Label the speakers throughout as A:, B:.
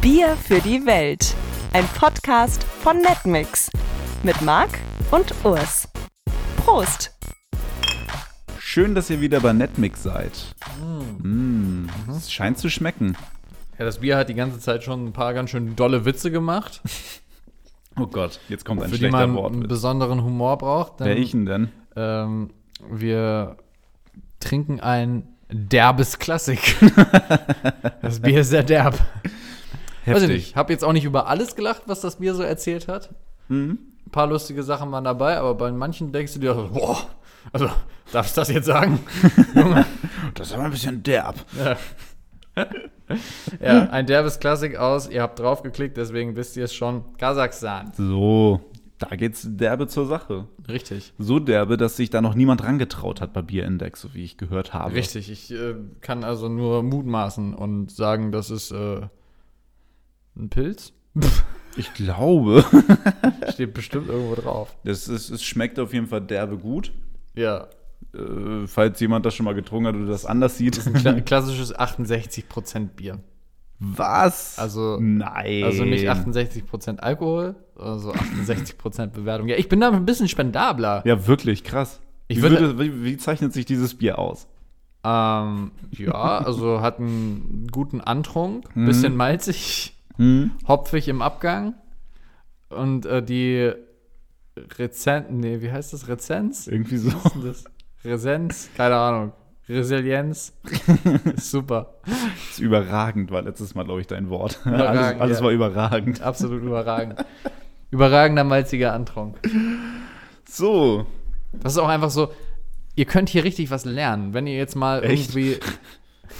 A: Bier für die Welt. Ein Podcast von Netmix. Mit Marc und Urs. Prost!
B: Schön, dass ihr wieder bei Netmix seid.
C: Hm.
B: Mm. Es scheint zu schmecken.
C: Ja, das Bier hat die ganze Zeit schon ein paar ganz schön dolle Witze gemacht,
B: Oh Gott, jetzt kommt ein
C: für die
B: schlechter
C: man einen
B: Wortwitz.
C: besonderen Humor braucht. Denn,
B: Wer ich denn denn?
C: ähm, wir trinken ein derbes Klassik. das Bier ist sehr derb. Weiß ich nicht. Habe jetzt auch nicht über alles gelacht, was das Bier so erzählt hat.
B: Mhm.
C: Ein paar lustige Sachen waren dabei, aber bei manchen denkst du dir, boah, also darf ich das jetzt sagen?
B: Das ist aber ein bisschen derb.
C: ja, ein derbes Klassik aus. Ihr habt draufgeklickt, deswegen wisst ihr es schon. Kasachstan.
B: So, da geht's derbe zur Sache.
C: Richtig.
B: So derbe, dass sich da noch niemand rangetraut hat bei Bierindex, so wie ich gehört habe.
C: Richtig, ich äh, kann also nur mutmaßen und sagen, das ist äh, ein Pilz.
B: Ich glaube,
C: Steht bestimmt irgendwo drauf.
B: das ist, es schmeckt auf jeden Fall derbe gut.
C: Ja.
B: Äh, falls jemand das schon mal getrunken hat oder das anders sieht.
C: Kla klassisches 68% Bier.
B: Was?
C: Also-
B: nein.
C: Also nicht 68% Alkohol, also 68% Bewertung. Ja, ich bin da ein bisschen spendabler.
B: Ja, wirklich krass.
C: Ich
B: wie,
C: würde-
B: würde, wie, wie zeichnet sich dieses Bier aus?
C: Ja, ähm, ja also hat einen guten Antrunk, bisschen malzig, Mhm. hopfig im Abgang. Und äh, die Rezent, nee, wie heißt das? Rezenz?
B: Irgendwie so.
C: Was ist denn das? Resenz? Keine Ahnung. Resilienz? Ist super.
B: Das ist überragend war letztes Mal, glaube ich, dein Wort.
C: Überragend,
B: alles alles
C: ja.
B: war überragend.
C: Absolut überragend. Überragender malziger Antronk.
B: So,
C: Das ist auch einfach so, ihr könnt hier richtig was lernen. Wenn ihr jetzt mal
B: Echt?
C: irgendwie.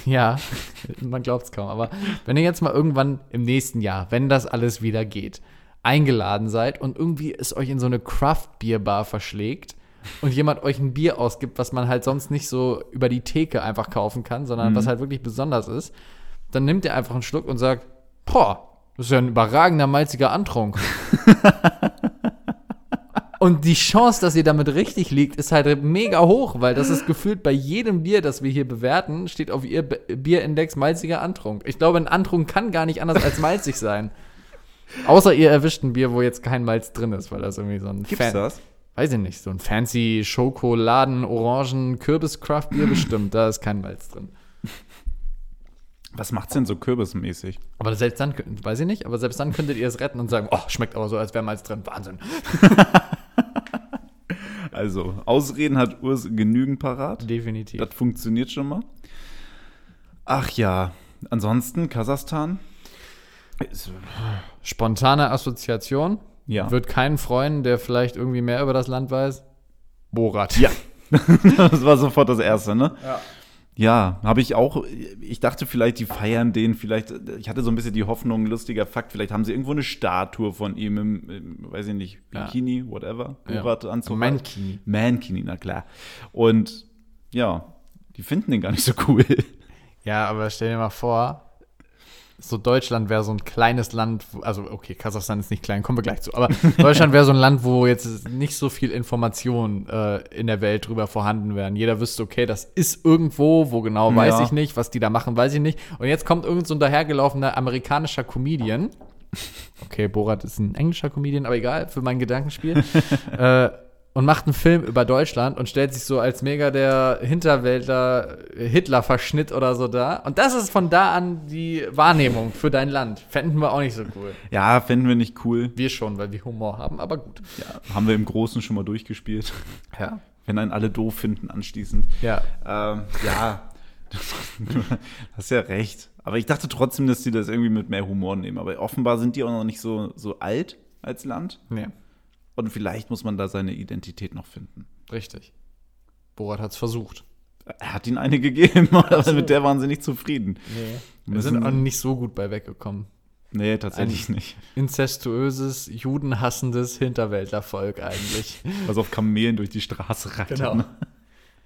C: Ja, man glaubt es kaum, aber wenn ihr jetzt mal irgendwann im nächsten Jahr, wenn das alles wieder geht, eingeladen seid und irgendwie es euch in so eine Craft-Bier-Bar verschlägt und jemand euch ein Bier ausgibt, was man halt sonst nicht so über die Theke einfach kaufen kann, sondern was halt wirklich besonders ist, dann nimmt ihr einfach einen Schluck und sagt, boah, das ist ja ein überragender malziger Antrunk. Und die Chance, dass ihr damit richtig liegt, ist halt mega hoch, weil das ist gefühlt bei jedem Bier, das wir hier bewerten, steht auf ihr Be- Bierindex malziger Antrunk. Ich glaube, ein Antrunk kann gar nicht anders als malzig sein. Außer ihr erwischt ein Bier, wo jetzt kein Malz drin ist, weil das irgendwie so ein
B: gibt's das?
C: weiß ich nicht, so ein fancy Schokoladen, Orangen, Kürbis Craft Bier bestimmt, da ist kein Malz drin.
B: Was macht's denn so kürbismäßig?
C: Aber selbst dann, kö- weiß ich nicht, aber selbst dann könntet ihr es retten und sagen, oh, schmeckt aber so, als wäre Malz drin. Wahnsinn.
B: Also, Ausreden hat Urs genügend parat.
C: Definitiv.
B: Das funktioniert schon mal. Ach ja, ansonsten Kasachstan. Ist-
C: Spontane Assoziation.
B: Ja.
C: Wird keinen freuen, der vielleicht irgendwie mehr über das Land weiß. Borat.
B: Ja. das war sofort das Erste, ne? Ja. Ja, habe ich auch. Ich dachte vielleicht, die feiern den. Vielleicht, ich hatte so ein bisschen die Hoffnung, lustiger Fakt, vielleicht haben sie irgendwo eine Statue von ihm im, im weiß ich nicht,
C: Ja.
B: Bikini, whatever,
C: Ja.
B: Anzug.
C: Mankini.
B: Mankini, na klar. Und ja, die finden den gar nicht so cool.
C: Ja, aber stell dir mal vor, so Deutschland wäre so ein kleines Land, wo- also okay, Kasachstan ist nicht klein, kommen wir gleich zu, aber Deutschland wäre so ein Land, wo jetzt nicht so viel Information äh, in der Welt drüber vorhanden wären. Jeder wüsste, okay, das ist irgendwo, wo genau weiß
B: Ja.
C: ich nicht, was die da machen, weiß ich nicht. Und jetzt kommt irgend so ein dahergelaufener amerikanischer Comedian. Okay, Borat ist ein englischer Comedian, aber egal, für mein Gedankenspiel. äh, und macht einen Film über Deutschland und stellt sich so als mega der Hinterwäldler äh, Hitler-Verschnitt oder so da. Und das ist von da an die Wahrnehmung für dein Land. Fänden wir auch nicht so cool.
B: Ja, finden wir nicht cool.
C: Wir schon, weil wir Humor haben, aber gut.
B: Ja, haben wir im Großen schon mal durchgespielt.
C: Ja.
B: Wenn einen alle doof finden, anschließend.
C: Ja.
B: Ähm, ja, du hast ja recht. Aber ich dachte trotzdem, dass die das irgendwie mit mehr Humor nehmen. Aber offenbar sind die auch noch nicht so, so alt als Land.
C: Nee,
B: Und vielleicht muss man da seine Identität noch finden.
C: richtig. Borat hat's versucht.
B: Er hat ihnen eine gegeben, aber mit der waren sie nicht zufrieden.
C: Nee. Wir
B: Müssen-
C: sind auch nicht so gut bei weggekommen.
B: Nee, tatsächlich
C: Ein-
B: nicht.
C: Inzestuöses, judenhassendes Hinterwäldlervolk eigentlich.
B: Also auf Kamelen durch die Straße reiten.
C: Genau.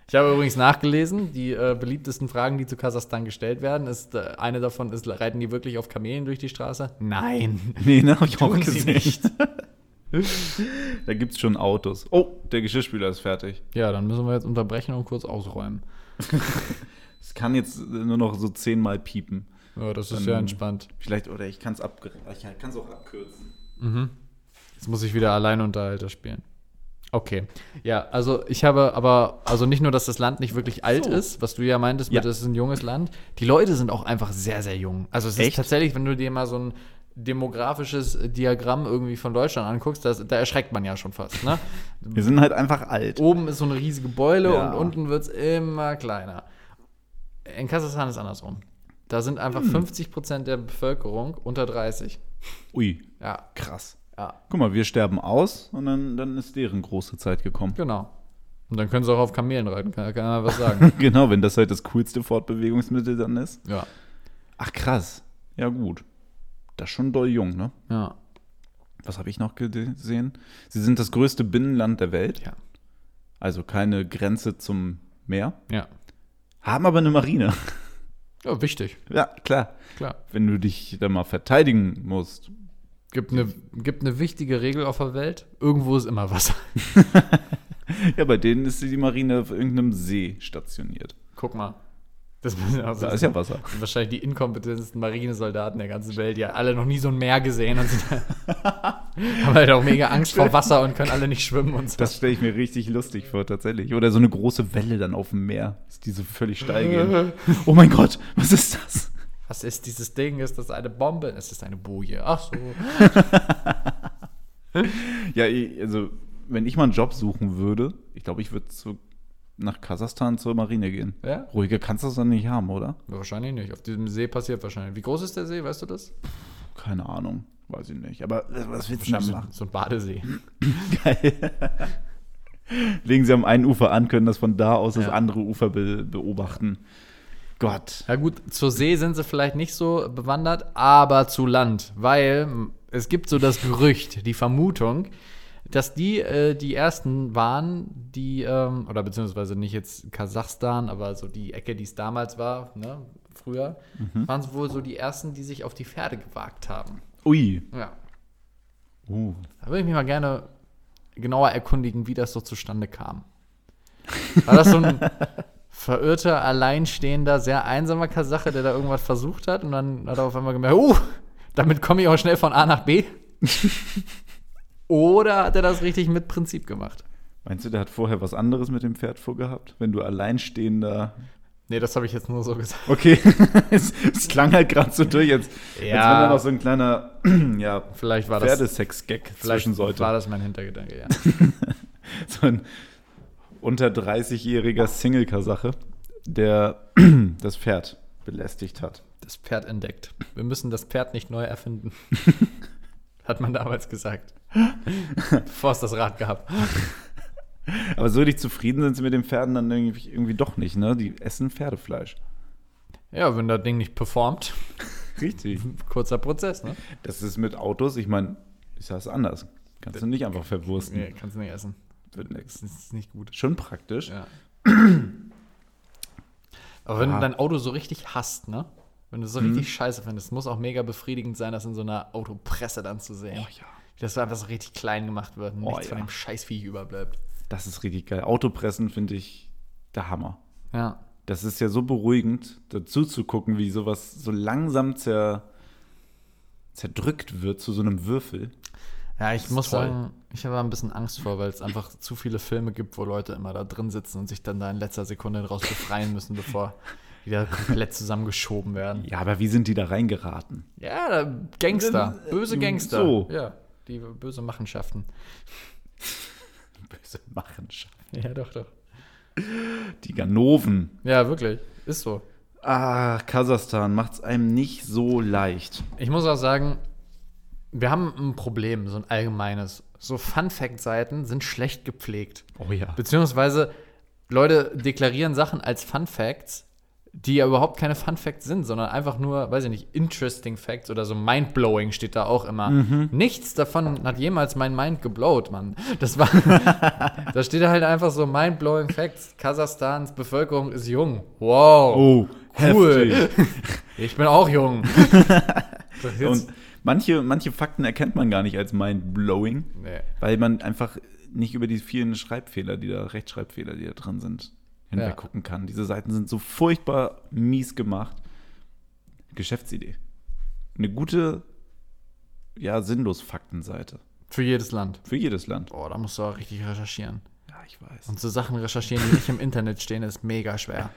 C: Ich habe übrigens nachgelesen, die äh, beliebtesten Fragen, die zu Kasachstan gestellt werden, ist äh, eine davon ist, reiten die wirklich auf Kamelen durch die Straße? Nein.
B: Nee, ne, hab ich auch
C: Tun sie
B: gesehen. da gibt's schon Autos. Oh, der Geschirrspüler ist fertig.
C: Ja, dann müssen wir jetzt unterbrechen und kurz ausräumen.
B: Es kann jetzt nur noch so zehnmal piepen.
C: Ja, das ist ja entspannt.
B: Vielleicht, oder ich kann es ab, ich kann's auch abkürzen.
C: Jetzt muss ich wieder Alleinunterhalter spielen. Okay. Ja, also ich habe aber, also nicht nur, dass das Land nicht wirklich alt
B: So.
C: ist, was du ja meintest,
B: Ja.
C: mit, das ist ein junges Land, die Leute sind auch einfach sehr, sehr jung. Also es ist
B: Echt?
C: tatsächlich, wenn du dir mal so ein demografisches Diagramm irgendwie von Deutschland anguckst, das, da erschreckt man ja schon fast. Ne?
B: Wir sind halt einfach alt.
C: Oben ist so eine riesige Beule
B: Ja.
C: und unten wird es immer kleiner. In Kasachstan ist andersrum. Da sind einfach
B: Hm.
C: 50 Prozent der Bevölkerung unter 30.
B: Ui,
C: Ja,
B: krass.
C: ja.
B: Guck mal, wir sterben aus und dann, dann ist deren große Zeit gekommen.
C: Genau. Und dann können sie auch auf Kamelen reiten, kann ja keiner was sagen.
B: Genau, wenn das halt das coolste Fortbewegungsmittel dann ist.
C: ja.
B: Ach krass. Ja gut. Das ist schon doll jung, ne?
C: Ja.
B: Was habe ich noch gesehen? Sie sind das größte Binnenland der Welt,
C: Ja.
B: also keine Grenze zum Meer,
C: Ja.
B: haben aber eine Marine.
C: Ja, wichtig,
B: ja, klar.
C: klar.
B: Wenn du dich da mal verteidigen musst.
C: Gibt eine, gibt eine wichtige Regel auf der Welt. Irgendwo ist immer Wasser.
B: Ja, bei denen ist die Marine auf irgendeinem See stationiert.
C: Guck mal. Das müssen also
B: Da ist ja Wasser.
C: das sind wahrscheinlich die inkompetentesten Marinesoldaten der ganzen Welt, die haben alle noch nie so ein Meer gesehen und sind haben halt auch mega Angst vor Wasser und können alle nicht schwimmen und so.
B: Das stelle ich mir richtig lustig vor, tatsächlich. Oder so eine große Welle dann auf dem Meer, dass die so völlig steil gehen. Oh mein Gott, was ist das?
C: Was ist dieses Ding? Ist das eine Bombe? Es ist eine Boje. Ach so.
B: Ja, ich- also, wenn ich mal einen Job suchen würde, ich glaube, ich würde zu, nach Kasachstan zur Marine gehen.
C: Ja?
B: Ruhiger kannst du das dann nicht haben, oder?
C: Wahrscheinlich nicht. Auf diesem See passiert wahrscheinlich. Wie groß ist der See? Weißt du das?
B: Keine Ahnung. Weiß ich nicht. Aber äh, was willst du
C: Wahrscheinlich
B: denn
C: so,
B: machen?
C: so ein Badesee.
B: Legen sie am einen Ufer an, können das von da aus das
C: Ja.
B: andere Ufer be beobachten. Gott.
C: Ja gut, zur See sind sie vielleicht nicht so bewandert, aber zu Land, weil m, es gibt so das Gerücht, die Vermutung, dass die äh, die ersten waren, die ähm, oder beziehungsweise nicht jetzt Kasachstan, aber so die Ecke, die es damals war, ne, früher, waren es wohl so die ersten, die sich auf die Pferde gewagt haben.
B: Ui.
C: Ja,
B: Uh.
C: da würde ich mich mal gerne genauer erkundigen, wie das so zustande kam. War das so ein verirrter, alleinstehender, sehr einsamer Kasache, der da irgendwas versucht hat und dann hat er auf einmal gemerkt, oh, damit komme ich auch schnell von A nach B? Oder hat er das richtig mit Prinzip gemacht?
B: Meinst du, der hat vorher was anderes mit dem Pferd vorgehabt? Wenn du alleinstehender.
C: Nee, das habe ich jetzt nur so gesagt.
B: Okay, es, es klang halt gerade so durch, als, als wenn
C: Ja.
B: da noch so ein kleiner ja,
C: Vielleicht war das,
B: Pferdesex-Gag zwischen
C: vielleicht war
B: sollte.
C: das mein Hintergedanke, ja.
B: So ein unter 30-jähriger Single-Kasache, der das Pferd belästigt hat.
C: Das Pferd entdeckt. Wir müssen das Pferd nicht neu erfinden. hat man damals gesagt. Bevor es das Rad gab.
B: Aber so richtig zufrieden sind sie mit den Pferden dann irgendwie, irgendwie doch nicht, ne? Die essen Pferdefleisch.
C: Ja, wenn das Ding nicht performt,
B: Richtig.
C: kurzer Prozess, ne?
B: Das ist mit Autos, ich meine, ist das anders. Kannst du nicht einfach verwursten.
C: Nee, kannst du nicht essen.
B: Wird nix.
C: Das ist nicht gut.
B: Schon praktisch.
C: Ja. Aber wenn
B: Ja.
C: du dein Auto so richtig hasst, ne? Wenn du es so richtig scheiße findest, muss auch mega befriedigend sein, das in so einer Autopresse dann zu sehen.
B: Oh ja.
C: Wie das so einfach so richtig klein gemacht wird und
B: Oh
C: nichts von
B: ja.
C: dem Scheißviech überbleibt.
B: Das ist richtig geil. Autopressen finde ich der Hammer.
C: Ja.
B: Das ist ja so beruhigend, dazu zu gucken, wie sowas so langsam zer, zerdrückt wird zu so einem Würfel.
C: Ja, ich
B: ist
C: muss
B: toll.
C: sagen, ich habe da ein bisschen Angst vor, weil es einfach zu viele Filme gibt, wo Leute immer da drin sitzen und sich dann da in letzter Sekunde draus befreien müssen, bevor die da komplett zusammengeschoben werden.
B: Ja, aber wie sind die da reingeraten?
C: Ja, da- Gangster.
B: Äh,
C: Böse
B: äh,
C: Gangster.
B: so.
C: Ja, die böse Machenschaften.
B: Böse Machenschaft.
C: Ja, doch, doch.
B: Die Ganoven.
C: Ja, wirklich. Ist so.
B: Ah, Kasachstan macht's einem nicht so leicht.
C: Ich muss auch sagen, wir haben ein Problem, so ein allgemeines. So Fun-Fact-Seiten sind schlecht gepflegt.
B: Oh ja.
C: Beziehungsweise Leute deklarieren Sachen als Fun Facts, die ja überhaupt keine Fun Facts sind, sondern einfach nur, weiß ich nicht, interesting Facts oder so mindblowing steht da auch immer.
B: Mhm.
C: Nichts davon hat jemals mein Mind geblowt, Mann. Das war, da steht halt einfach so mindblowing Facts. Kasachstans Bevölkerung ist jung. Wow.
B: Oh,
C: cool.
B: heftig.
C: Ich bin auch jung. So, jetzt-
B: Und manche, manche Fakten erkennt man gar nicht als mind-blowing,
C: nee.
B: weil man einfach nicht über die vielen Schreibfehler, die da, Rechtschreibfehler, die da drin sind, hinweggucken kann. Diese Seiten sind so furchtbar mies gemacht. Geschäftsidee. Eine gute, ja, sinnlos Faktenseite.
C: Für jedes Land.
B: Für jedes Land.
C: Oh, da musst du auch richtig recherchieren.
B: Ja, ich weiß.
C: Und so Sachen recherchieren, die nicht im Internet stehen, ist mega schwer.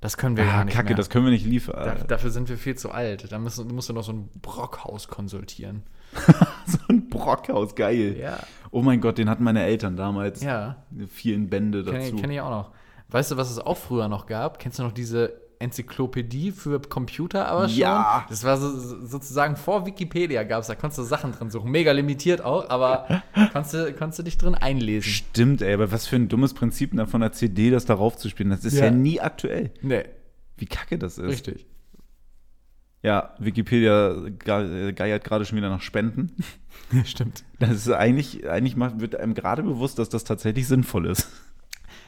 C: Das können wir
B: Ah,
C: gar nicht
B: Kacke,
C: mehr.
B: das können wir nicht liefern.
C: Da,
B: Alter.
C: dafür sind wir viel zu alt. Da müssen, musst du noch so ein Brockhaus konsultieren.
B: so ein Brockhaus, geil.
C: Ja.
B: Oh mein Gott, den hatten meine Eltern damals.
C: Ja,
B: Vielen Bände
C: kenne
B: dazu.
C: kenn ich auch noch. Weißt du, was es auch früher noch gab? Kennst du noch diese Enzyklopädie für Computer aber schon?
B: Ja.
C: Das war so, so- sozusagen vor Wikipedia gab es, da konntest du Sachen drin suchen. Mega limitiert auch, aber konntest du, konntest du dich drin einlesen.
B: Stimmt, ey, aber was für ein dummes Prinzip da von der CD, das darauf zu spielen. Das ist ja,
C: Ja.
B: nie aktuell.
C: Nee,
B: Wie kacke das ist.
C: richtig.
B: Ja, Wikipedia ge- äh, geiert gerade schon wieder nach Spenden.
C: Stimmt.
B: Das ist eigentlich, eigentlich macht, wird einem gerade bewusst, dass das tatsächlich sinnvoll ist.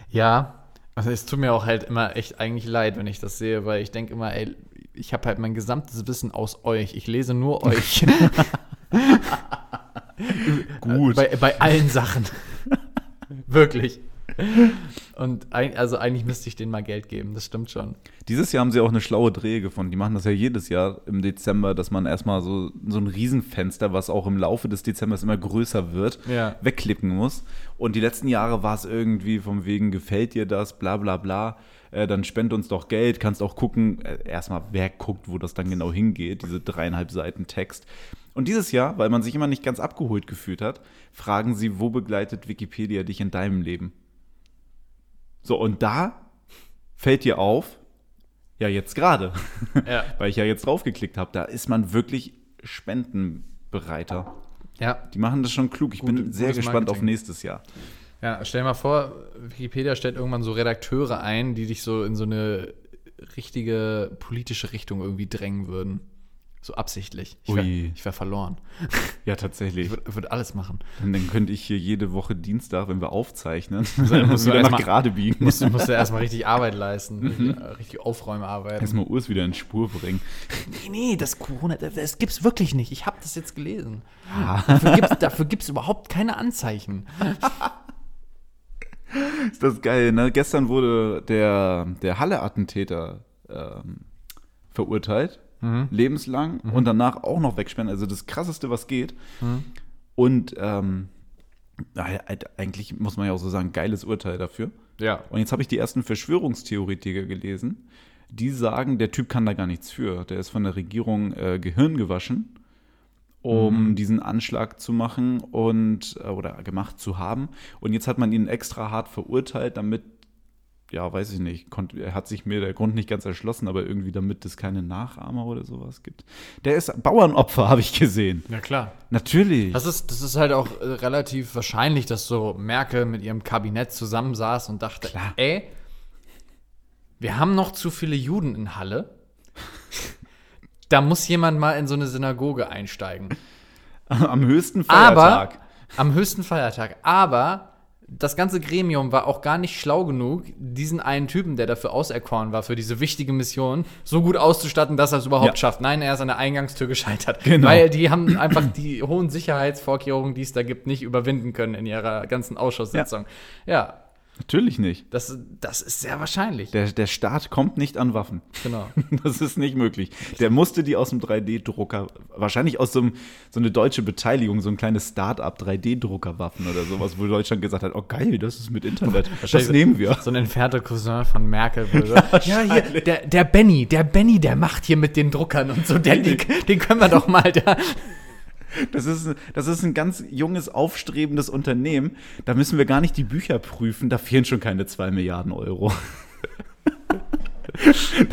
C: Ja, also es tut mir auch halt immer echt eigentlich leid, wenn ich das sehe, weil ich denke immer, ey, ich habe halt mein gesamtes Wissen aus euch. Ich lese nur euch.
B: Gut.
C: Bei, bei allen Sachen. Wirklich. Und ein, also eigentlich müsste ich denen mal Geld geben, das stimmt schon.
B: Dieses Jahr haben sie auch eine schlaue Drehe gefunden. Die machen das ja jedes Jahr im Dezember, dass man erstmal so, so ein Riesenfenster, was auch im Laufe des Dezembers immer größer wird,
C: Ja.
B: wegklicken muss. Und die letzten Jahre war es irgendwie vom wegen, gefällt dir das, bla bla bla. Äh, dann spend uns doch Geld, kannst auch gucken, äh, erstmal wer guckt, wo das dann genau hingeht, diese dreieinhalb Seiten Text. Und dieses Jahr, weil man sich immer nicht ganz abgeholt gefühlt hat, fragen sie, wo begleitet Wikipedia dich in deinem Leben? So, und da fällt dir auf, ja, jetzt gerade,
C: Ja.
B: weil ich ja jetzt draufgeklickt habe, da ist man wirklich spendenbereiter.
C: Ja,
B: Die machen das schon klug. Ich bin
C: Gute-
B: sehr
C: gutes
B: gespannt auf
C: Marketing.
B: nächstes Jahr.
C: ja, stell dir mal vor, Wikipedia stellt irgendwann so Redakteure ein, die dich so in so eine richtige politische Richtung irgendwie drängen würden. So absichtlich. Ich wäre
B: Ui.
C: wär verloren.
B: Ja, tatsächlich.
C: Ich würde würd alles machen.
B: Dann, dann könnte ich hier jede Woche Dienstag, wenn wir aufzeichnen,
C: musst du
B: wieder
C: erst
B: nach
C: mal-
B: gerade biegen.
C: Musst, du- musst du erstmal richtig Arbeit leisten, richtig, äh, richtig Aufräumarbeit.
B: Mhm. Erstmal Urs wieder in Spur bringen.
C: Nee, nee, das Corona, das, das gibt's wirklich nicht. Ich habe das jetzt gelesen.
B: Ah.
C: Dafür gibt's, dafür gibt's überhaupt keine Anzeichen.
B: Ist das geil, ne? Gestern wurde der, der Halle-Attentäter ähm, verurteilt, lebenslang und danach auch noch wegsperren. Also das Krasseste, was geht. Und ähm, na, halt, eigentlich muss man ja auch so sagen, geiles Urteil dafür.
C: Ja.
B: Und jetzt habe ich die ersten Verschwörungstheoretiker gelesen, die sagen, der Typ kann da gar nichts für. Der ist von der Regierung äh, Gehirn gewaschen, um diesen Anschlag zu machen und äh, oder gemacht zu haben. Und jetzt hat man ihn extra hart verurteilt, damit, ja, weiß ich nicht, konnt, er hat sich mir der Grund nicht ganz erschlossen, aber irgendwie damit es keine Nachahmer oder sowas gibt. Der ist Bauernopfer, habe ich gesehen.
C: Ja, klar.
B: Natürlich.
C: Das ist, das ist halt auch äh, relativ wahrscheinlich, dass so Merkel mit ihrem Kabinett zusammensaß und dachte,
B: Klar.
C: ey, wir haben noch zu viele Juden in Halle. Da muss jemand mal in so eine Synagoge einsteigen.
B: Am höchsten
C: Aber
B: Feiertag.
C: am höchsten Feiertag. Aber das ganze Gremium war auch gar nicht schlau genug, diesen einen Typen, der dafür auserkoren war, für diese wichtige Mission, so gut auszustatten, dass er es überhaupt
B: Ja.
C: schafft. Nein, er ist an der Eingangstür gescheitert.
B: Genau.
C: Weil die haben einfach die hohen Sicherheitsvorkehrungen, die es da gibt, nicht überwinden können in ihrer ganzen Ausschusssitzung. Ja,
B: Natürlich nicht.
C: das, das ist sehr wahrscheinlich.
B: Der, der Staat kommt nicht an Waffen.
C: Genau.
B: Das ist nicht möglich. Der musste die aus dem 3D-Drucker, wahrscheinlich aus so, einem, so eine deutsche Beteiligung, so ein kleines Start-up, 3D-Druckerwaffen oder sowas, wo Deutschland gesagt hat, oh geil, das ist mit Internet, das nehmen wir.
C: Äh, So ein entfernter Cousin von Merkel würde. ja, hier,
B: wahrscheinlich.
C: der, der Benny, der Benny, der macht hier mit den Druckern und so. Der, den, den können wir doch mal da.
B: Das ist, das ist ein ganz junges, aufstrebendes Unternehmen. Da müssen wir gar nicht die Bücher prüfen, da fehlen schon keine 2 Milliarden Euro.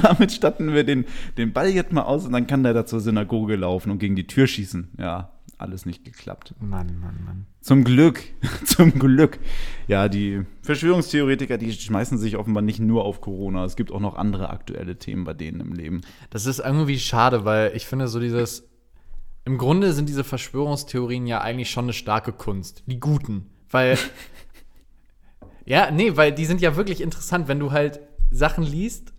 B: Damit statten wir den, den Ball jetzt mal aus und dann kann der da zur Synagoge laufen und gegen die Tür schießen. Ja, alles nicht geklappt.
C: Mann, Mann, Mann.
B: Zum Glück, zum Glück. Ja, die Verschwörungstheoretiker, die schmeißen sich offenbar nicht nur auf Corona. Es gibt auch noch andere aktuelle Themen bei denen im Leben.
C: Das ist irgendwie schade, weil ich finde, so dieses. Im Grunde sind diese Verschwörungstheorien ja eigentlich schon eine starke Kunst. Die guten. Weil. ja, nee, weil die sind ja wirklich interessant, wenn du halt Sachen liest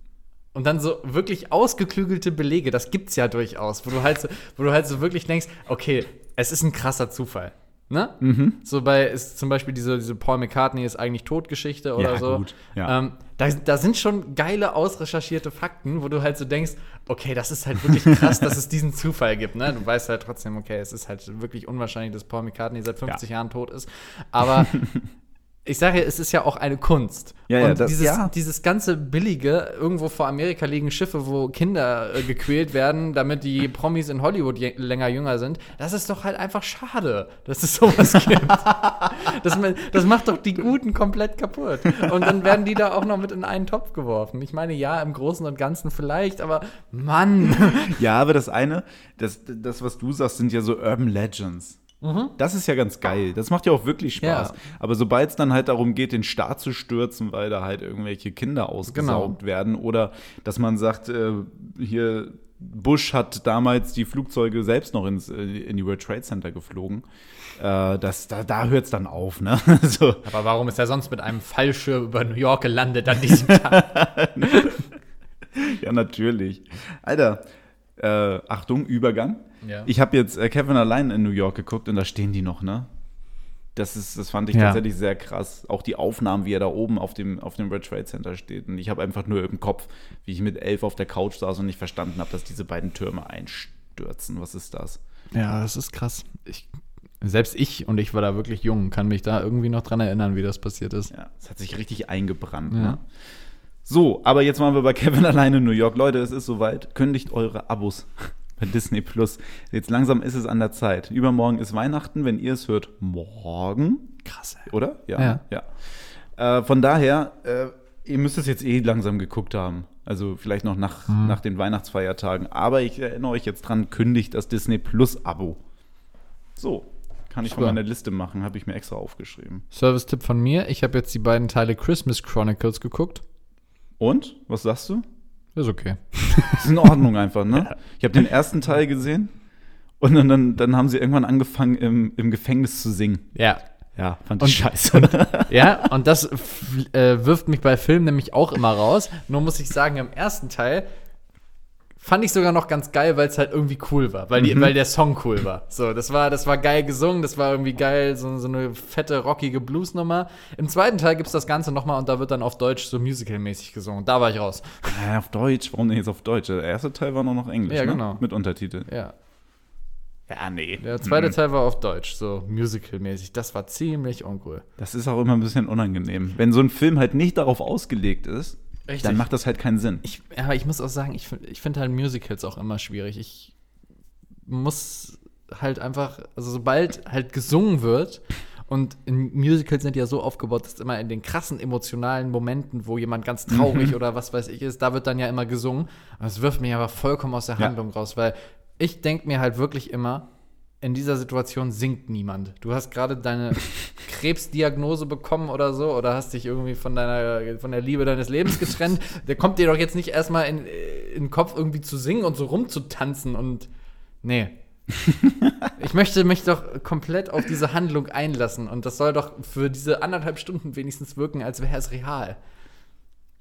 C: und dann so wirklich ausgeklügelte Belege, das gibt's ja durchaus, wo du halt so, wo du halt so wirklich denkst, okay, es ist ein krasser Zufall. Ne?
B: Mhm.
C: So bei ist zum Beispiel diese, diese Paul McCartney ist eigentlich Todgeschichte oder
B: Ja,
C: so.
B: gut, ja.
C: Ähm, da, da sind schon geile ausrecherchierte Fakten, wo du halt so denkst, okay, das ist halt wirklich krass, dass es diesen Zufall gibt. Ne? Du weißt halt trotzdem, okay, es ist halt wirklich unwahrscheinlich, dass Paul McCartney seit 50 Jahren tot ist. Aber ich sage, ja, es ist ja auch eine Kunst.
B: Ja, ja,
C: und
B: das-
C: dieses,
B: ja.
C: dieses ganze billige, irgendwo vor Amerika liegen Schiffe, wo Kinder äh, gequält werden, damit die Promis in Hollywood je- länger jünger sind, das ist doch halt einfach schade, dass es sowas gibt. das, ma- das macht doch die Guten komplett kaputt. Und dann werden die da auch noch mit in einen Topf geworfen. Ich meine, ja, im Großen und Ganzen vielleicht, aber Mann.
B: Ja, aber das eine, das, das, was du sagst, sind ja so Urban Legends. Das ist ja ganz geil. Das macht ja auch wirklich Spaß.
C: Ja.
B: Aber sobald es dann halt darum geht, den Staat zu stürzen, weil da halt irgendwelche Kinder ausgesaugt werden oder dass man sagt, äh, hier Bush hat damals die Flugzeuge selbst noch ins, äh, in die World Trade Center geflogen, äh, das, da, da hört es dann auf. Ne? so.
C: Aber warum ist er sonst mit einem Fallschirm über New York gelandet an diesem Tag?
B: Ja, natürlich. Alter, äh, Achtung, Übergang.
C: Ja.
B: Ich habe jetzt äh, Kevin allein in New York geguckt und da stehen die noch, ne? Das, ist, das fand ich
C: Ja.
B: tatsächlich sehr krass. Auch die Aufnahmen, wie er da oben auf dem, auf dem World Trade Center steht. Und ich habe einfach nur im Kopf, wie ich mit elf auf der Couch saß und nicht verstanden habe, dass diese beiden Türme einstürzen. Was ist das?
C: Ja, das ist krass. Ich, selbst ich, und ich war da wirklich jung, kann mich da irgendwie noch dran erinnern, wie das passiert ist.
B: Ja, es hat sich richtig eingebrannt. Ne? So, aber jetzt waren wir bei Kevin alleine in New York. Leute, es ist soweit. Kündigt eure Abos bei Disney Plus. Jetzt langsam ist es an der Zeit. Übermorgen ist Weihnachten, wenn ihr es hört, morgen,
C: Krass, ey.
B: oder?
C: Ja.
B: ja. Äh, von daher, äh, ihr müsst es jetzt eh langsam geguckt haben. Also vielleicht noch nach,
C: Mhm.
B: nach den Weihnachtsfeiertagen. Aber ich erinnere euch jetzt dran, kündigt das Disney Plus-Abo. So, kann ich von
C: Super.
B: meiner Liste machen, habe ich mir extra aufgeschrieben.
C: Service-Tipp von mir: Ich habe jetzt die beiden Teile Christmas Chronicles geguckt.
B: Und? Was sagst du?
C: Ist okay.
B: Ist in Ordnung einfach, ne? Ich habe den ersten Teil gesehen und dann, dann, dann haben sie irgendwann angefangen, im, im Gefängnis zu singen.
C: Ja.
B: Ja, fand
C: Und-
B: ich scheiße.
C: Ja, und das f- äh, wirft mich bei Filmen nämlich auch immer raus. Nur muss ich sagen, im ersten Teil fand ich sogar noch ganz geil, weil es halt irgendwie cool war, weil, die, weil der Song cool war. So, das war, das war geil gesungen, das war irgendwie geil, so, so eine fette, rockige Bluesnummer. Im zweiten Teil gibt's das Ganze nochmal und da wird dann auf Deutsch so musicalmäßig gesungen. Da war ich raus.
B: ja, auf Deutsch, warum denn jetzt auf Deutsch? Der erste Teil war noch noch Englisch,
C: Ja,
B: ne?
C: genau.
B: Mit Untertiteln.
C: Ja.
B: Ja, nee.
C: Der zweite Teil war auf Deutsch, so musicalmäßig. Das war ziemlich uncool.
B: Das ist auch immer ein bisschen unangenehm. Wenn so ein Film halt nicht darauf ausgelegt ist,
C: Richtig.
B: dann macht das halt keinen Sinn.
C: Ich, aber ich muss auch sagen, ich, find- ich finde halt Musicals auch immer schwierig. Ich muss halt einfach, also sobald halt gesungen wird, und in Musicals sind ja so aufgebaut, dass immer in den krassen emotionalen Momenten, wo jemand ganz traurig oder was weiß ich ist, da wird dann ja immer gesungen. Und das wirft mich aber vollkommen aus der
B: Ja.
C: Handlung raus, weil ich denke mir halt wirklich immer, in dieser Situation singt niemand. Du hast gerade deine Krebsdiagnose bekommen oder so, oder hast dich irgendwie von deiner von der Liebe deines Lebens getrennt. Da kommt dir doch jetzt nicht erstmal in, äh, in den Kopf, irgendwie zu singen und so rumzutanzen und nee. ich möchte mich doch komplett auf diese Handlung einlassen und das soll doch für diese anderthalb Stunden wenigstens wirken, als wäre es real.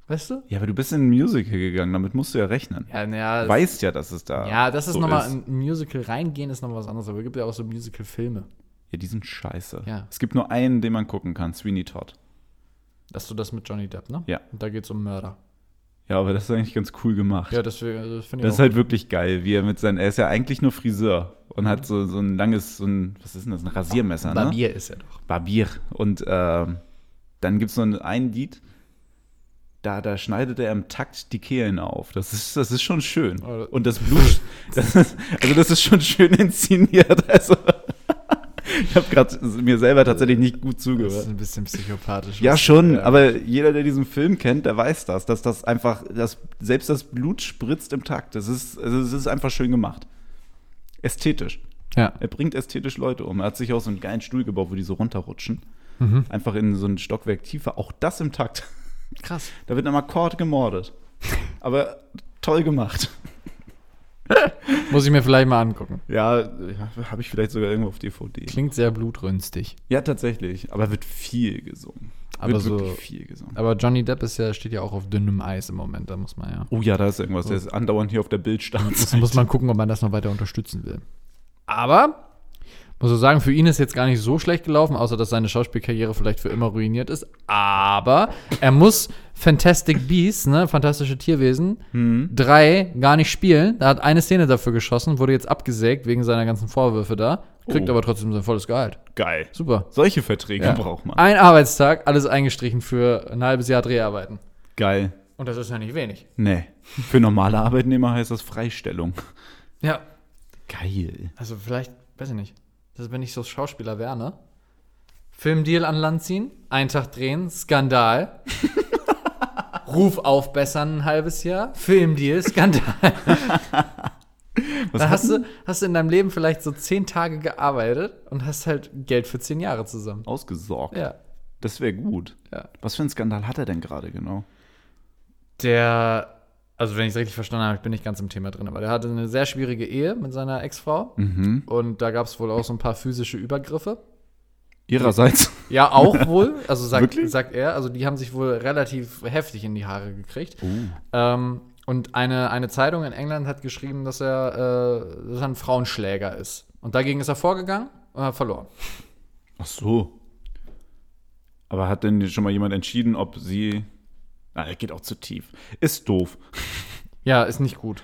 C: Weißt du?
B: Ja, aber du bist in ein Musical gegangen, damit musst du ja rechnen.
C: Ja, naja,
B: Weißt ja, dass es da.
C: ja, das ist
B: so
C: nochmal ein Musical reingehen ist nochmal was anderes, aber es gibt ja auch so Musical-Filme.
B: Ja, die sind scheiße.
C: Ja.
B: Es gibt nur einen, den man gucken kann: Sweeney Todd.
C: Hast du das mit Johnny Depp, ne?
B: Ja.
C: Und da geht's um Mörder.
B: Ja, aber das ist eigentlich ganz cool gemacht.
C: Ja, deswegen, also das finde ich
B: Das ist halt wirklich geil, wie er mit seinen. Er ist ja eigentlich nur Friseur und hat so, so ein langes, so ein, was ist denn das, ein Rasiermesser, ne?
C: Barbier ist er doch.
B: Barbier. Und ähm, dann gibt es so ein, ein Lied, da, da schneidet er im Takt die Kehlen auf. Das ist, das ist schon schön.
C: Oh, das-
B: Und das Blut, das ist, also das ist schon schön inszeniert. Also, ich habe gerade mir selber tatsächlich nicht gut
C: Das ist
B: zugehört.
C: ein bisschen psychopathisch.
B: Ja,
C: was-
B: schon,
C: ja.
B: aber jeder, der diesen Film kennt, der weiß das, dass das einfach, dass selbst das Blut spritzt im Takt. Das ist, also es ist einfach schön gemacht. Ästhetisch.
C: Ja.
B: Er bringt ästhetisch Leute um. Er hat sich auch so einen geilen Stuhl gebaut, wo die so runterrutschen. Einfach in so ein Stockwerk tiefer. Auch das im Takt.
C: Krass.
B: Da wird am Akkord gemordet. Aber toll gemacht.
C: Muss ich mir vielleicht mal angucken.
B: Ja, ja habe ich vielleicht sogar irgendwo auf DVD.
C: Klingt sehr blutrünstig.
B: Ja, tatsächlich. Aber wird viel gesungen.
C: Aber
B: wird
C: so-
B: wirklich viel gesungen.
C: Aber Johnny Depp ist ja, steht ja auch auf dünnem Eis im Moment, da muss man ja.
B: Oh ja, da ist irgendwas. Der ist andauernd hier auf der
C: Das
B: Bildstanze.
C: muss man gucken, ob man das noch weiter unterstützen will. Aber Muss so sagen, für ihn ist jetzt gar nicht so schlecht gelaufen, außer dass seine Schauspielkarriere vielleicht für immer ruiniert ist. Aber er muss Fantastic Beasts, ne, fantastische Tierwesen,
B: Mhm.
C: drei gar nicht spielen. Er hat eine Szene dafür geschossen, wurde jetzt abgesägt wegen seiner ganzen Vorwürfe da, kriegt
B: Oh.
C: aber trotzdem sein volles Gehalt.
B: Geil.
C: Super.
B: Solche Verträge
C: Ja.
B: braucht man.
C: Ein Arbeitstag, alles eingestrichen für ein halbes Jahr Dreharbeiten.
B: Geil.
C: Und das ist ja nicht wenig.
B: Nee. Für normale Arbeitnehmer heißt das Freistellung.
C: Ja,
B: Geil.
C: also vielleicht, weiß ich nicht, dass wenn ich so Schauspieler wäre, ne? Filmdeal an Land ziehen, einen Tag drehen, Skandal. Ruf aufbessern ein halbes Jahr, Filmdeal, Skandal.
B: Was
C: Dann
B: hat-
C: hast du, hast du in deinem Leben vielleicht so zehn Tage gearbeitet und hast halt Geld für zehn Jahre zusammen.
B: Ausgesorgt.
C: Ja,
B: Das wäre gut.
C: ja.
B: Was für einen Skandal hat er denn gerade genau?
C: Der, also wenn ich es richtig verstanden habe, ich bin nicht ganz im Thema drin, aber der hatte eine sehr schwierige Ehe mit seiner Ex-Frau. Und da gab es wohl auch so ein paar physische Übergriffe.
B: Ihrerseits.
C: Ja, auch wohl. Also sagt,
B: Wirklich?
C: sagt er. Also die haben sich wohl relativ heftig in die Haare gekriegt.
B: Oh.
C: Ähm, und eine, eine Zeitung in England hat geschrieben, dass er, äh, dass er ein Frauenschläger ist. Und dagegen ist er vorgegangen und hat verloren.
B: Ach so. Aber hat denn schon mal jemand entschieden, ob sie. Ah, er geht auch zu tief. Ist doof.
C: Ja, ist nicht gut.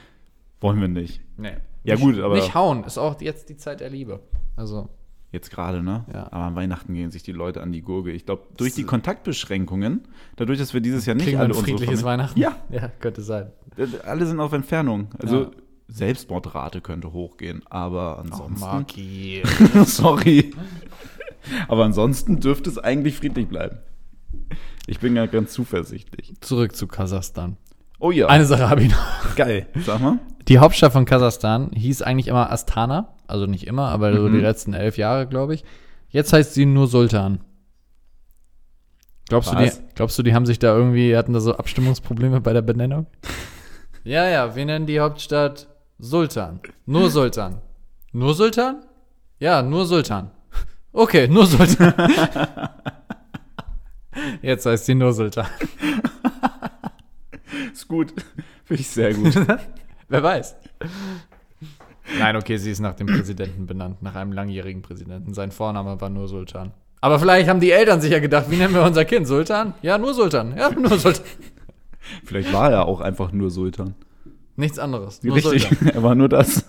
B: Wollen wir nicht.
C: Nee.
B: Ja,
C: nicht,
B: gut, aber-
C: Nicht hauen, ist auch jetzt die Zeit der Liebe. Also,
B: Jetzt gerade, ne?
C: Ja.
B: Aber an Weihnachten gehen sich die Leute an die Gurgel. Ich glaube, durch die Kontaktbeschränkungen, dadurch, dass wir dieses Jahr nicht
C: kriegen wir
B: alle
C: ein
B: unsere
C: friedliches
B: Familie-
C: Weihnachten?
B: Ja,
C: Ja, könnte sein.
B: äh, alle sind auf Entfernung. Also
C: Ja.
B: Selbstmordrate könnte hochgehen, aber ansonsten.
C: Marki.
B: sorry. aber ansonsten dürfte es eigentlich friedlich bleiben. Ich bin ja ganz zuversichtlich.
C: Zurück zu Kasachstan.
B: Oh ja,
C: Eine Sache habe ich noch.
B: geil. Sag mal.
C: Die Hauptstadt von Kasachstan hieß eigentlich immer Astana, also nicht immer, aber so die letzten elf Jahre, glaube ich. Jetzt heißt sie nur Sultan. Glaubst du, die,
B: Was?
C: glaubst du, die haben sich da irgendwie, hatten da so Abstimmungsprobleme bei der Benennung? ja, ja, wir nennen die Hauptstadt Sultan. Nur Sultan. Nur Sultan? Ja, nur Sultan. Okay, nur Sultan. Jetzt heißt sie nur Sultan.
B: Ist gut. Finde ich sehr gut.
C: Wer weiß. Nein, okay, sie ist nach dem Präsidenten benannt, nach einem langjährigen Präsidenten. Sein Vorname war nur Sultan. Aber vielleicht haben die Eltern sich ja gedacht, wie nennen wir unser Kind? Sultan? Ja, nur Sultan. Ja, nur Sultan.
B: Vielleicht war er auch einfach nur Sultan.
C: Nichts anderes. Nur
B: Richtig,
C: Sultan.
B: er war nur das.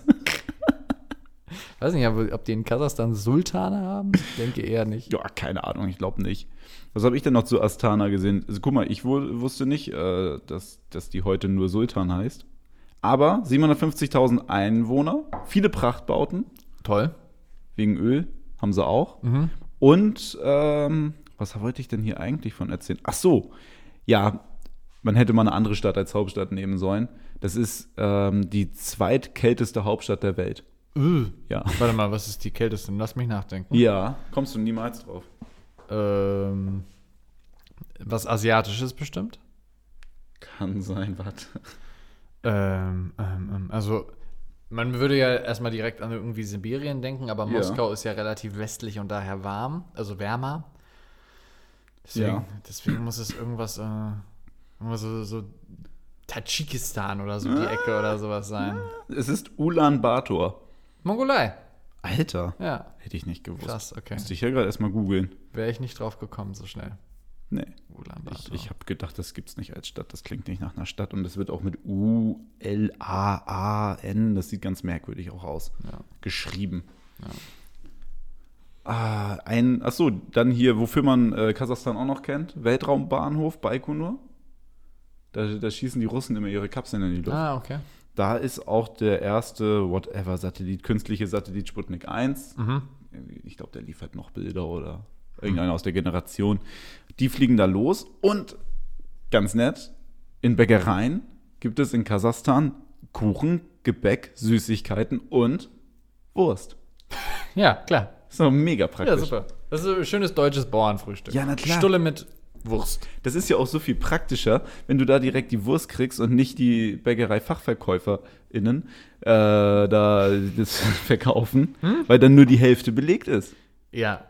C: Weiß nicht, ob ob die in Kasachstan Sultane haben? Ich denke eher nicht.
B: Ja, keine Ahnung, ich glaube nicht. Was habe ich denn noch zu Astana gesehen? Also, guck mal, ich wu- wusste nicht, äh, dass, dass die heute nur Sultan heißt. Aber 750.000 Einwohner, viele Prachtbauten,
C: Toll.
B: wegen Öl haben sie auch. Und ähm, was wollte ich denn hier eigentlich von erzählen? Ach so, ja, man hätte mal eine andere Stadt als Hauptstadt nehmen sollen. Das ist ähm, die zweitkälteste Hauptstadt der Welt.
C: Äh,
B: Ja.
C: Warte mal, was ist die kälteste? Lass mich nachdenken.
B: Ja, kommst du niemals drauf.
C: Ähm, was Asiatisches bestimmt?
B: Kann sein, warte.
C: Ähm, ähm, ähm, also, man würde ja erstmal direkt an irgendwie Sibirien denken, aber
B: Ja.
C: Moskau ist ja relativ westlich und daher warm, also wärmer. Deswegen,
B: Ja.
C: deswegen muss es irgendwas, äh, irgendwas so, so Tadschikistan oder so die Ecke oder sowas sein.
B: Es ist Ulaanbaatar.
C: Mongolei,
B: Alter.
C: ja.
B: Hätte ich nicht gewusst.
C: Krass, okay.
B: Musste ich ja gerade erstmal googeln.
C: Wäre ich nicht drauf gekommen so schnell.
B: Nee. Ich,
C: Ulaanbaatar.
B: ich habe gedacht, das gibt's nicht als Stadt. Das klingt nicht nach einer Stadt. Und das wird auch mit U-L-A-A-N. Das sieht ganz merkwürdig auch aus. Geschrieben. Ah, ein, ach so, dann hier, wofür man äh, Kasachstan auch noch kennt: Weltraumbahnhof Baikonur. Da, da schießen die Russen immer ihre Kapseln in die Luft.
C: Ah, okay.
B: Da ist auch der erste Whatever-Satellit, künstliche Satellit Sputnik 1.
C: Mhm.
B: Ich glaube, der liefert noch Bilder oder irgendeiner aus der Generation. Die fliegen da los und ganz nett, in Bäckereien gibt es in Kasachstan Kuchen, Gebäck, Süßigkeiten und Wurst.
C: Ja, klar.
B: Ist doch mega
C: Ja,
B: praktisch.
C: super. Das ist ein schönes deutsches Bauernfrühstück.
B: Ja, na klar.
C: Stulle mit Wurst.
B: Das ist ja auch so viel praktischer, wenn du da direkt die Wurst kriegst und nicht die Bäckerei-FachverkäuferInnen äh, da das verkaufen,
C: Hm?
B: weil dann nur die Hälfte belegt ist.
C: Ja,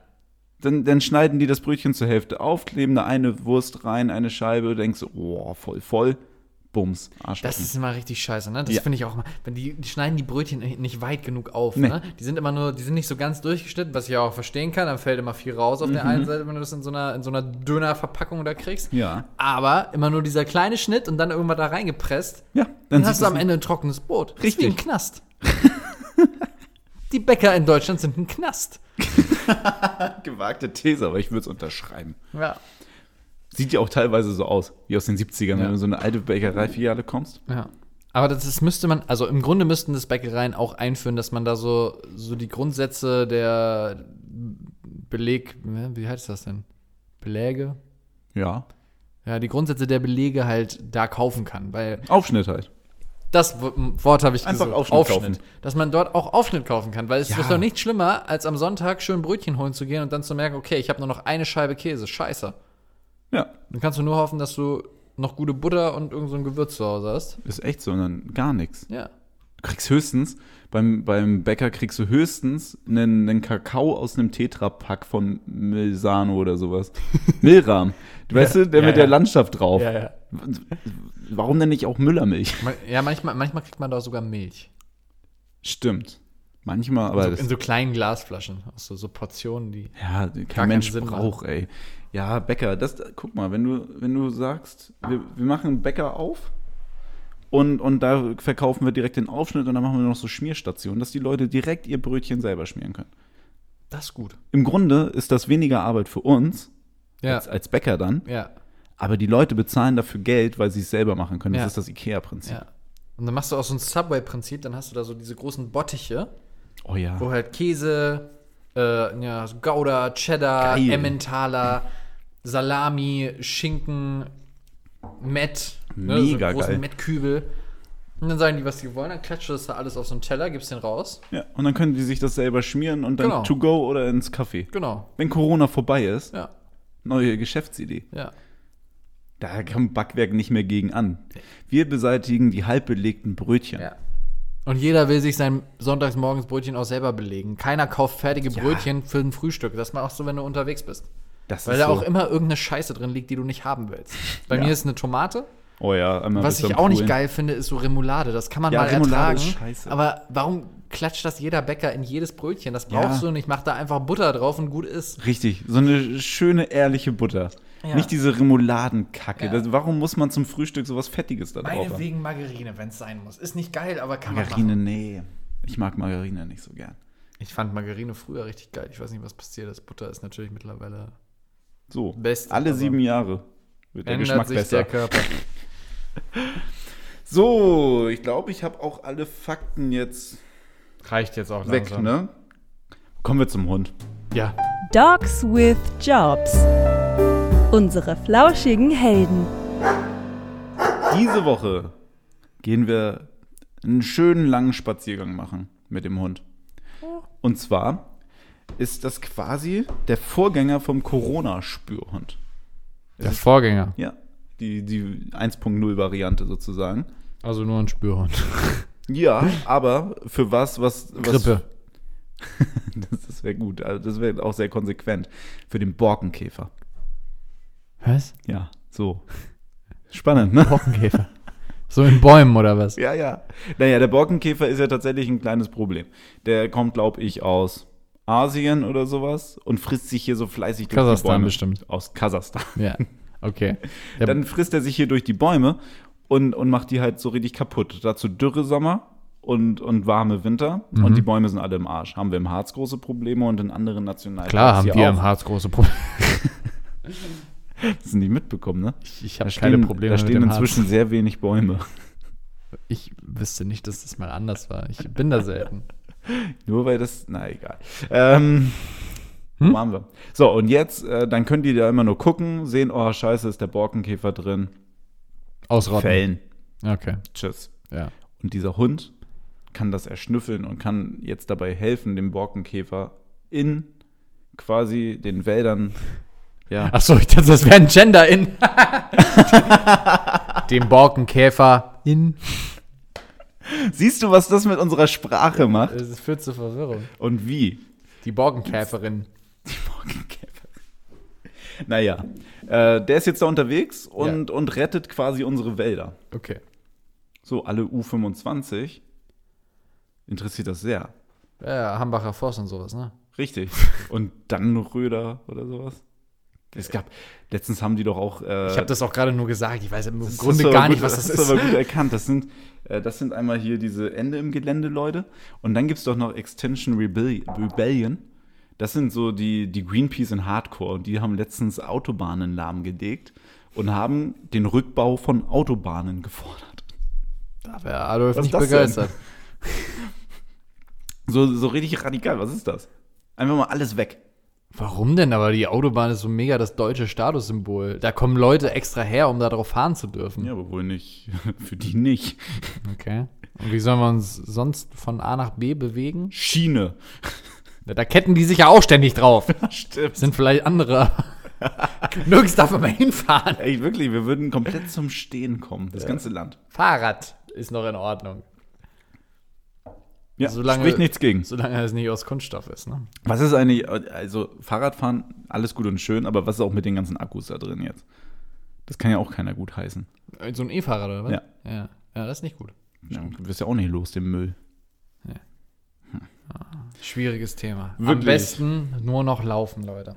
B: Dann, dann schneiden die das Brötchen zur Hälfte auf, kleben da eine Wurst rein, eine Scheibe, denkst, oh, voll, voll. Bums, Arschbacken.
C: Das ist immer richtig scheiße, ne? Das
B: Ja.
C: finde ich auch immer. Wenn die, die schneiden die Brötchen nicht weit genug auf,
B: Nee.
C: ne? Die sind immer nur, die sind nicht so ganz durchgeschnitten, was ich auch verstehen kann. Dann fällt immer viel raus auf der einen Seite, wenn du das in so einer, in so einer dünner Verpackung da kriegst.
B: Mhm. Ja.
C: Aber immer nur dieser kleine Schnitt und dann irgendwann da reingepresst.
B: Ja,
C: Dann,
B: sieht
C: hast du
B: das-
C: am Ende ein trockenes Brot. Das ist
B: Richtig.
C: Wie ein Knast. die Bäcker in Deutschland sind ein Knast.
B: gewagte These, aber ich würde es unterschreiben.
C: Ja.
B: Sieht ja auch teilweise so aus, wie aus den 70ern, wenn
C: Ja.
B: du in so eine alte Bäckerei-Filiale kommst.
C: Ja. Aber das, das müsste man, also im Grunde müssten das Bäckereien auch einführen, dass man da so, so die Grundsätze der Beleg, ne, wie heißt das denn? Beläge?
B: Ja.
C: Ja, die Grundsätze der Belege halt da kaufen kann, weil
B: Aufschnitt halt.
C: das W- Wort habe ich
B: Einfach
C: gesucht.
B: Aufschnitt kaufen.
C: Dass man dort auch Aufschnitt kaufen kann, weil es
B: Ja.
C: ist doch nicht schlimmer, als am Sonntag schön Brötchen holen zu gehen und dann zu merken, okay, ich habe nur noch eine Scheibe Käse, scheiße.
B: Ja,
C: Dann kannst du nur hoffen, dass du noch gute Butter und irgend so ein Gewürz zu Hause hast.
B: ist echt so, und dann gar nichts.
C: Ja.
B: Du kriegst höchstens, beim, beim Bäcker kriegst du höchstens einen, einen Kakao aus einem Tetra-Pack von Milsano oder sowas. Milram. Du weißt du, der
C: ja,
B: mit
C: ja.
B: der Landschaft drauf.
C: ja.
B: Warum denn nicht auch Müllermilch?
C: Man- Ja, manchmal, manchmal kriegt man da sogar Milch.
B: Stimmt. Manchmal, aber
C: So,
B: das,
C: Also in so kleinen Glasflaschen. aus so, so Portionen, die.
B: Ja, kein
C: keinen
B: Mensch
C: Sinn ne? macht.
B: braucht, ey. Ja, Bäcker, das, guck mal, wenn du, wenn du sagst, wir, wir machen einen Bäcker auf und, und da verkaufen wir direkt den Aufschnitt und dann machen wir noch so Schmierstationen, dass die Leute direkt ihr Brötchen selber schmieren können.
C: Das ist gut.
B: Im Grunde ist das weniger Arbeit für uns
C: Ja.
B: als, als Bäcker dann,
C: Ja.
B: aber die Leute bezahlen dafür Geld, weil sie es selber machen können.
C: Ja.
B: Das ist das Ikea-Prinzip.
C: ja. Und dann machst du auch so ein Subway-Prinzip, dann hast du da so diese großen Bottiche,
B: Oh ja.
C: wo halt Käse, äh, ja, so Gouda, Cheddar,
B: Geil.
C: Emmentaler, Salami, Schinken, Met, ne,
B: Mega
C: so großen
B: geil.
C: Mettkübel. Und dann sagen die, was die wollen, dann klatscht du das da alles auf so einen Teller, gibst den raus.
B: ja. Und dann können die sich das selber schmieren und dann
C: Genau.
B: to go oder ins Café.
C: Genau.
B: Wenn Corona vorbei ist,
C: Ja.
B: neue Geschäftsidee.
C: Ja.
B: Da kam Backwerk nicht mehr gegen an. Wir beseitigen die halb belegten Brötchen.
C: Ja. Und jeder will sich sein sonntagsmorgens Brötchen auch selber belegen. Keiner kauft fertige Brötchen für ein Frühstück. Das machst du, wenn du unterwegs bist.
B: Das
C: Weil
B: ist
C: da
B: so.
C: auch immer irgendeine Scheiße drin liegt, die du nicht haben willst. Bei mir ist eine Tomate.
B: Oh ja, einmal
C: Was
B: bist du
C: ich
B: am
C: auch nicht
B: Poolen.
C: geil finde, ist so Remoulade. Das kann man
B: Ja,
C: mal
B: Remoulade
C: ertragen.
B: ist scheiße.
C: Aber warum klatscht das jeder Bäcker in jedes Brötchen? Das brauchst
B: Ja.
C: du nicht. Mach da einfach Butter drauf und gut ist.
B: Richtig, so eine schöne, ehrliche Butter.
C: Ja.
B: Nicht diese Remouladenkacke.
C: Ja.
B: Das, warum muss man zum Frühstück sowas Fettiges da drauf haben?
C: Meinetwegen Margarine, wenn es sein muss. Ist nicht geil, aber kann
B: Margarine,
C: man machen.
B: nee. Ich mag Margarine nicht so gern.
C: Ich fand Margarine früher richtig geil. Ich weiß nicht, was passiert ist. Butter ist natürlich mittlerweile
B: So,
C: Beste,
B: alle
C: aber-
B: sieben Jahre wird der Geschmack besser.
C: Körper.
B: so, ich glaube, ich habe auch alle Fakten jetzt
C: Reicht jetzt auch
B: weg,
C: langsam.
B: ne? Kommen wir zum Hund.
C: Ja.
A: Dogs with Jobs. Unsere flauschigen Helden.
B: Diese Woche gehen wir einen schönen langen Spaziergang machen mit dem Hund. Und zwar ist das quasi der Vorgänger vom Corona-Spürhund.
C: Der Vorgänger.
B: Ja, die, die 1.0-Variante sozusagen.
C: Also nur ein Spürhund.
B: Ja, aber für was, was. was
C: Hm. Grippe.
B: Das, das wäre gut. Also das wäre auch sehr konsequent. Für den Borkenkäfer.
C: Was?
B: Ja, so. Spannend, ne?
C: Borkenkäfer. so in Bäumen oder was?
B: Ja, ja. Naja, der Borkenkäfer ist ja tatsächlich ein kleines Problem. Der kommt, glaube ich, aus Asien oder sowas und frisst sich hier so fleißig durch
C: Kasachstan
B: die Bäume.
C: bestimmt.
B: Aus Kasachstan.
C: Ja. Okay. Der,
B: Dann frisst er sich hier durch die Bäume und, und macht die halt so richtig kaputt. Dazu dürre Sommer und, und warme Winter.
C: Mhm.
B: Und die Bäume sind alle im Arsch. Haben wir im Harz große Probleme und in anderen Nationalparks
C: klar haben
B: hier
C: wir
B: auch.
C: im Harz große Probleme.
B: Das sind die mitbekommen, ne?
C: Ich,
B: Da
C: habe
B: stehen, da stehen inzwischen sehr wenig Bäume.
C: Ich wüsste nicht, dass das mal anders war. Ich bin da selten.
B: Nur weil das, na egal. Ähm,
C: Hm?
B: Machen wir. So, und jetzt, äh, dann könnt ihr da immer nur gucken, sehen, oh, scheiße, ist der Borkenkäfer drin.
C: Ausrotten.
B: Fällen.
C: Okay.
B: Tschüss.
C: Ja.
B: Und dieser Hund kann das erschnüffeln und kann jetzt dabei helfen, dem Borkenkäfer in quasi den Wäldern, ja,
C: Achso, ich dachte, das wäre ein Gender in. Dem Borkenkäfer in.
B: siehst du, was das mit unserer Sprache macht
C: Es führt zu Verwirrung.
B: und wie?
C: Die Borkenkäferin.
B: Die Borkenkäfer. Naja, äh, der ist jetzt da unterwegs und, und rettet quasi unsere Wälder.
C: Okay.
B: So, alle U25 interessiert das sehr.
C: Ja, Hambacher Forst und sowas, ne?
B: Richtig. Und dann noch Röder oder sowas. Es gab, letztens haben die doch auch. äh,
C: Ich habe das auch gerade nur gesagt. Ich weiß im
B: das
C: Grunde
B: hast du aber
C: gar
B: gut-
C: nicht, was das
B: hast du
C: ist.
B: aber gut erkannt. Das sind, äh, das sind einmal hier diese Ende im Gelände, Leute. Und dann gibt es doch noch Extension Rebell Rebellion. Das sind so die, die Greenpeace in Hardcore. Und die haben letztens Autobahnen lahmgelegt und haben den Rückbau von Autobahnen gefordert.
C: Da wäre Adolf
B: Was
C: nicht
B: ist das
C: begeistert.
B: So, so richtig radikal. Was ist das? Einfach mal alles weg.
C: Warum denn? Aber die Autobahn ist so mega das deutsche Statussymbol. Da kommen Leute extra her, um da drauf fahren zu dürfen.
B: Ja, aber wohl nicht. Für die nicht.
C: Okay. Und wie sollen wir uns sonst von A nach B bewegen?
B: Schiene.
C: Da da ketten die sich ja auch ständig drauf.
B: Stimmt.
C: Sind vielleicht andere. Nirgends darf man mal hinfahren.
B: Ey, wirklich, wir würden komplett zum Stehen kommen. Das ganze Land.
C: Fahrrad ist noch in Ordnung.
B: Ja,
C: Solange-
B: spricht nichts gegen.
C: Solange es nicht aus Kunststoff ist, ne?
B: Was ist eigentlich, also Fahrradfahren, alles gut und schön, aber was ist auch mit den ganzen Akkus da drin jetzt? Das kann ja auch keiner gut heißen.
C: So ein E-Fahrrad oder was?
B: Ja.
C: ja. Ja, das ist nicht gut.
B: Ja, du wirst ja auch nicht los, den Müll.
C: Schwieriges Thema. Am
B: Wirklich.
C: besten nur noch laufen, Leute.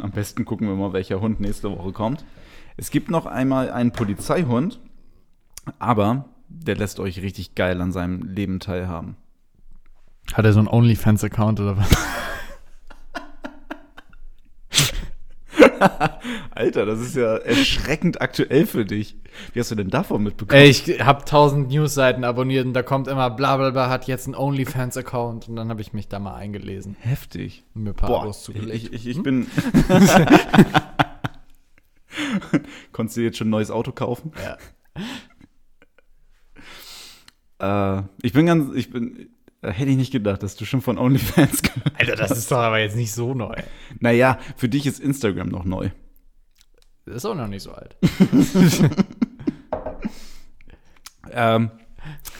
B: Am besten gucken wir mal, welcher Hund nächste Woche kommt. Es gibt noch einmal einen Polizeihund, aber der lässt euch richtig geil an seinem Leben teilhaben.
C: Hat er so einen OnlyFans-Account oder was?
B: Alter, das ist ja erschreckend aktuell für dich. Wie hast du denn davon mitbekommen?
C: Ey, ich hab tausend Newsseiten abonniert und da kommt immer bla bla bla, hat jetzt einen OnlyFans-Account und dann habe ich mich da mal eingelesen
B: Heftig.
C: und mir ein paar
B: Boah,
C: Abos zugelegt.
B: ich, ich, ich bin. Konntest du dir jetzt schon ein neues Auto kaufen? Äh, ich bin ganz. Ich bin. äh, Hätte ich nicht gedacht, dass du schon von OnlyFans gehört
C: Alter, das ist doch aber jetzt nicht so neu.
B: Naja, für dich ist Instagram noch neu.
C: Das ist auch noch nicht so alt.
B: Ähm,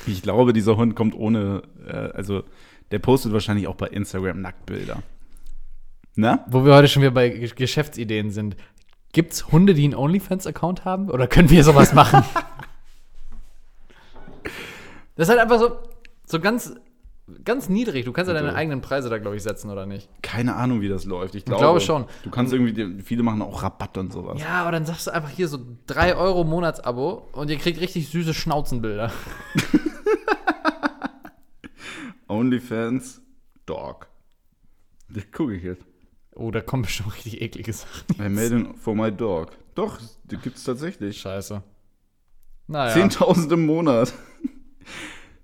B: ich glaube, dieser Hund kommt ohne. Äh, also, der postet wahrscheinlich auch bei Instagram Nacktbilder. Na?
C: Wo wir heute schon wieder bei Ge- Geschäftsideen sind. Gibt's Hunde, die einen OnlyFans-Account haben? Oder können wir sowas machen? das ist halt einfach so, so ganz, ganz niedrig. Du kannst ja deine
B: Okay.
C: eigenen Preise da, glaube ich, setzen, oder nicht?
B: Keine Ahnung, wie das läuft. Ich glaube,
C: glaube schon.
B: Du kannst irgendwie. Viele machen auch Rabatt und sowas.
C: Ja, aber dann sagst du einfach hier so 3 Euro Monatsabo und ihr kriegt richtig süße Schnauzenbilder.
B: OnlyFans Dog. Das gucke ich jetzt.
C: Oh, da kommen bestimmt richtig eklige Sachen.
B: I made it for my dog. Doch, die gibt's tatsächlich.
C: Scheiße. Naja.
B: 10.000 im Monat.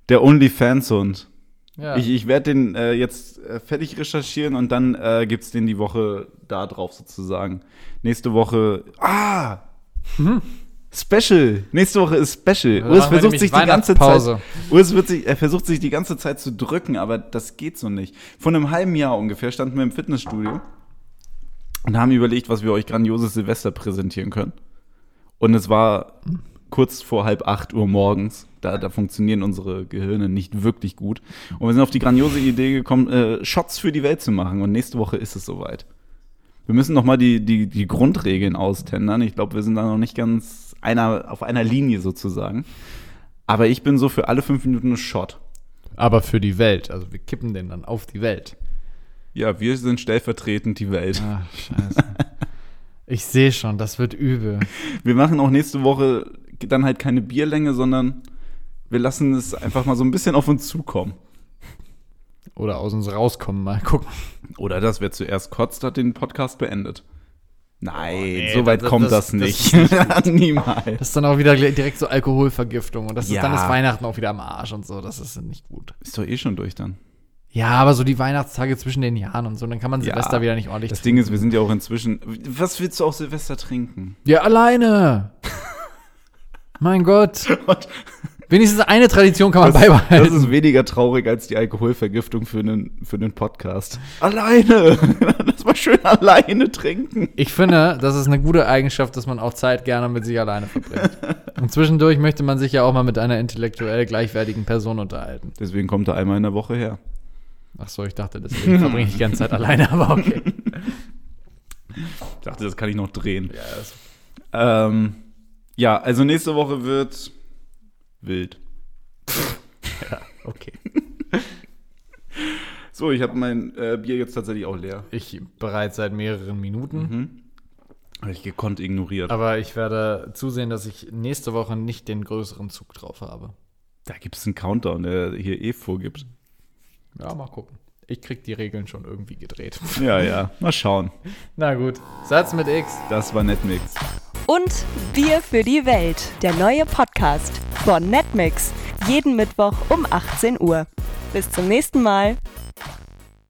B: Der OnlyFans-Hund.
C: Ja.
B: Ich, ich werde den äh, jetzt äh, fertig recherchieren und dann äh, gibt's den die Woche da drauf sozusagen. Nächste Woche. Ah! Special. Nächste Woche ist Special.
C: Dann
B: Urs
C: machen wir
B: versucht
C: nämlich
B: sich die ganze Zeit.
C: Weihnachtspause.
B: Urs wird sich, er versucht sich die ganze Zeit zu drücken, aber das geht so nicht. Vor einem halben Jahr ungefähr standen wir im Fitnessstudio und haben überlegt, was wir euch grandioses Silvester präsentieren können. Und es war kurz vor halb acht Uhr morgens. Da, da funktionieren unsere Gehirne nicht wirklich gut. Und wir sind auf die grandiose Idee gekommen, äh, Shots für die Welt zu machen. Und nächste Woche ist es soweit. Wir müssen noch mal die, die, die Grundregeln austendern. Ich glaube, wir sind da noch nicht ganz einer, auf einer Linie sozusagen. Aber ich bin so für alle fünf Minuten ein Shot.
C: aber für die Welt. Also wir kippen den dann auf die Welt.
B: Ja, wir sind stellvertretend die Welt.
C: Ach, scheiße. ich sehe schon, das wird übel.
B: Wir machen auch nächste Woche dann halt keine Bierlänge, sondern wir lassen es einfach mal so ein bisschen auf uns zukommen.
C: Oder aus uns rauskommen, mal gucken.
B: Oder das, wer zuerst kotzt, hat den Podcast beendet. Nein,
C: nee,
B: so weit
C: das-
B: kommt
C: das-
B: das,
C: das
B: nicht. Niemals.
C: Das ist dann auch wieder gl- direkt so Alkoholvergiftung und das ist, dann
B: Ja.
C: ist Weihnachten auch wieder am Arsch und so. Das ist nicht gut.
B: Ist doch eh schon durch dann.
C: Ja, aber so die Weihnachtstage zwischen den Jahren und so, dann kann man Silvester
B: Ja.
C: wieder nicht ordentlich
B: Das Ding ist, wir sind ja auch inzwischen. Was willst du auch Silvester trinken?
C: Ja, alleine! mein Gott. Wenigstens eine Tradition kann man
B: Das
C: beibehalten.
B: ist weniger traurig als die Alkoholvergiftung für einen, für einen Podcast. Alleine! Lass mal schön alleine trinken.
C: Ich finde, das ist eine gute Eigenschaft, dass man auch Zeit gerne mit sich alleine verbringt. Und zwischendurch möchte man sich ja auch mal mit einer intellektuell gleichwertigen Person unterhalten.
B: Deswegen kommt er einmal in der Woche her.
C: Ach so, ich dachte, deswegen verbringe ich die ganze Zeit alleine, aber okay.
B: dachte, das kann ich noch drehen.
C: Ja, das
B: Ja, ähm, ja also nächste Woche wird wild.
C: okay.
B: So, ich habe mein äh, Bier jetzt tatsächlich auch leer.
C: Ich bereits seit mehreren Minuten.
B: Habe ich gekonnt ignoriert.
C: Aber ich werde zusehen, dass ich nächste Woche nicht den größeren Zug drauf habe.
B: da gibt es einen Countdown, der hier eh vorgibt.
C: Ja, mal gucken. Ich krieg die Regeln schon irgendwie gedreht.
B: Ja, ja. Mal schauen.
C: Na gut. Satz mit X.
B: Das war Netmix.
A: Und Bier für die Welt, der neue Podcast von Netmix. Jeden Mittwoch um 18 Uhr. Bis zum nächsten Mal.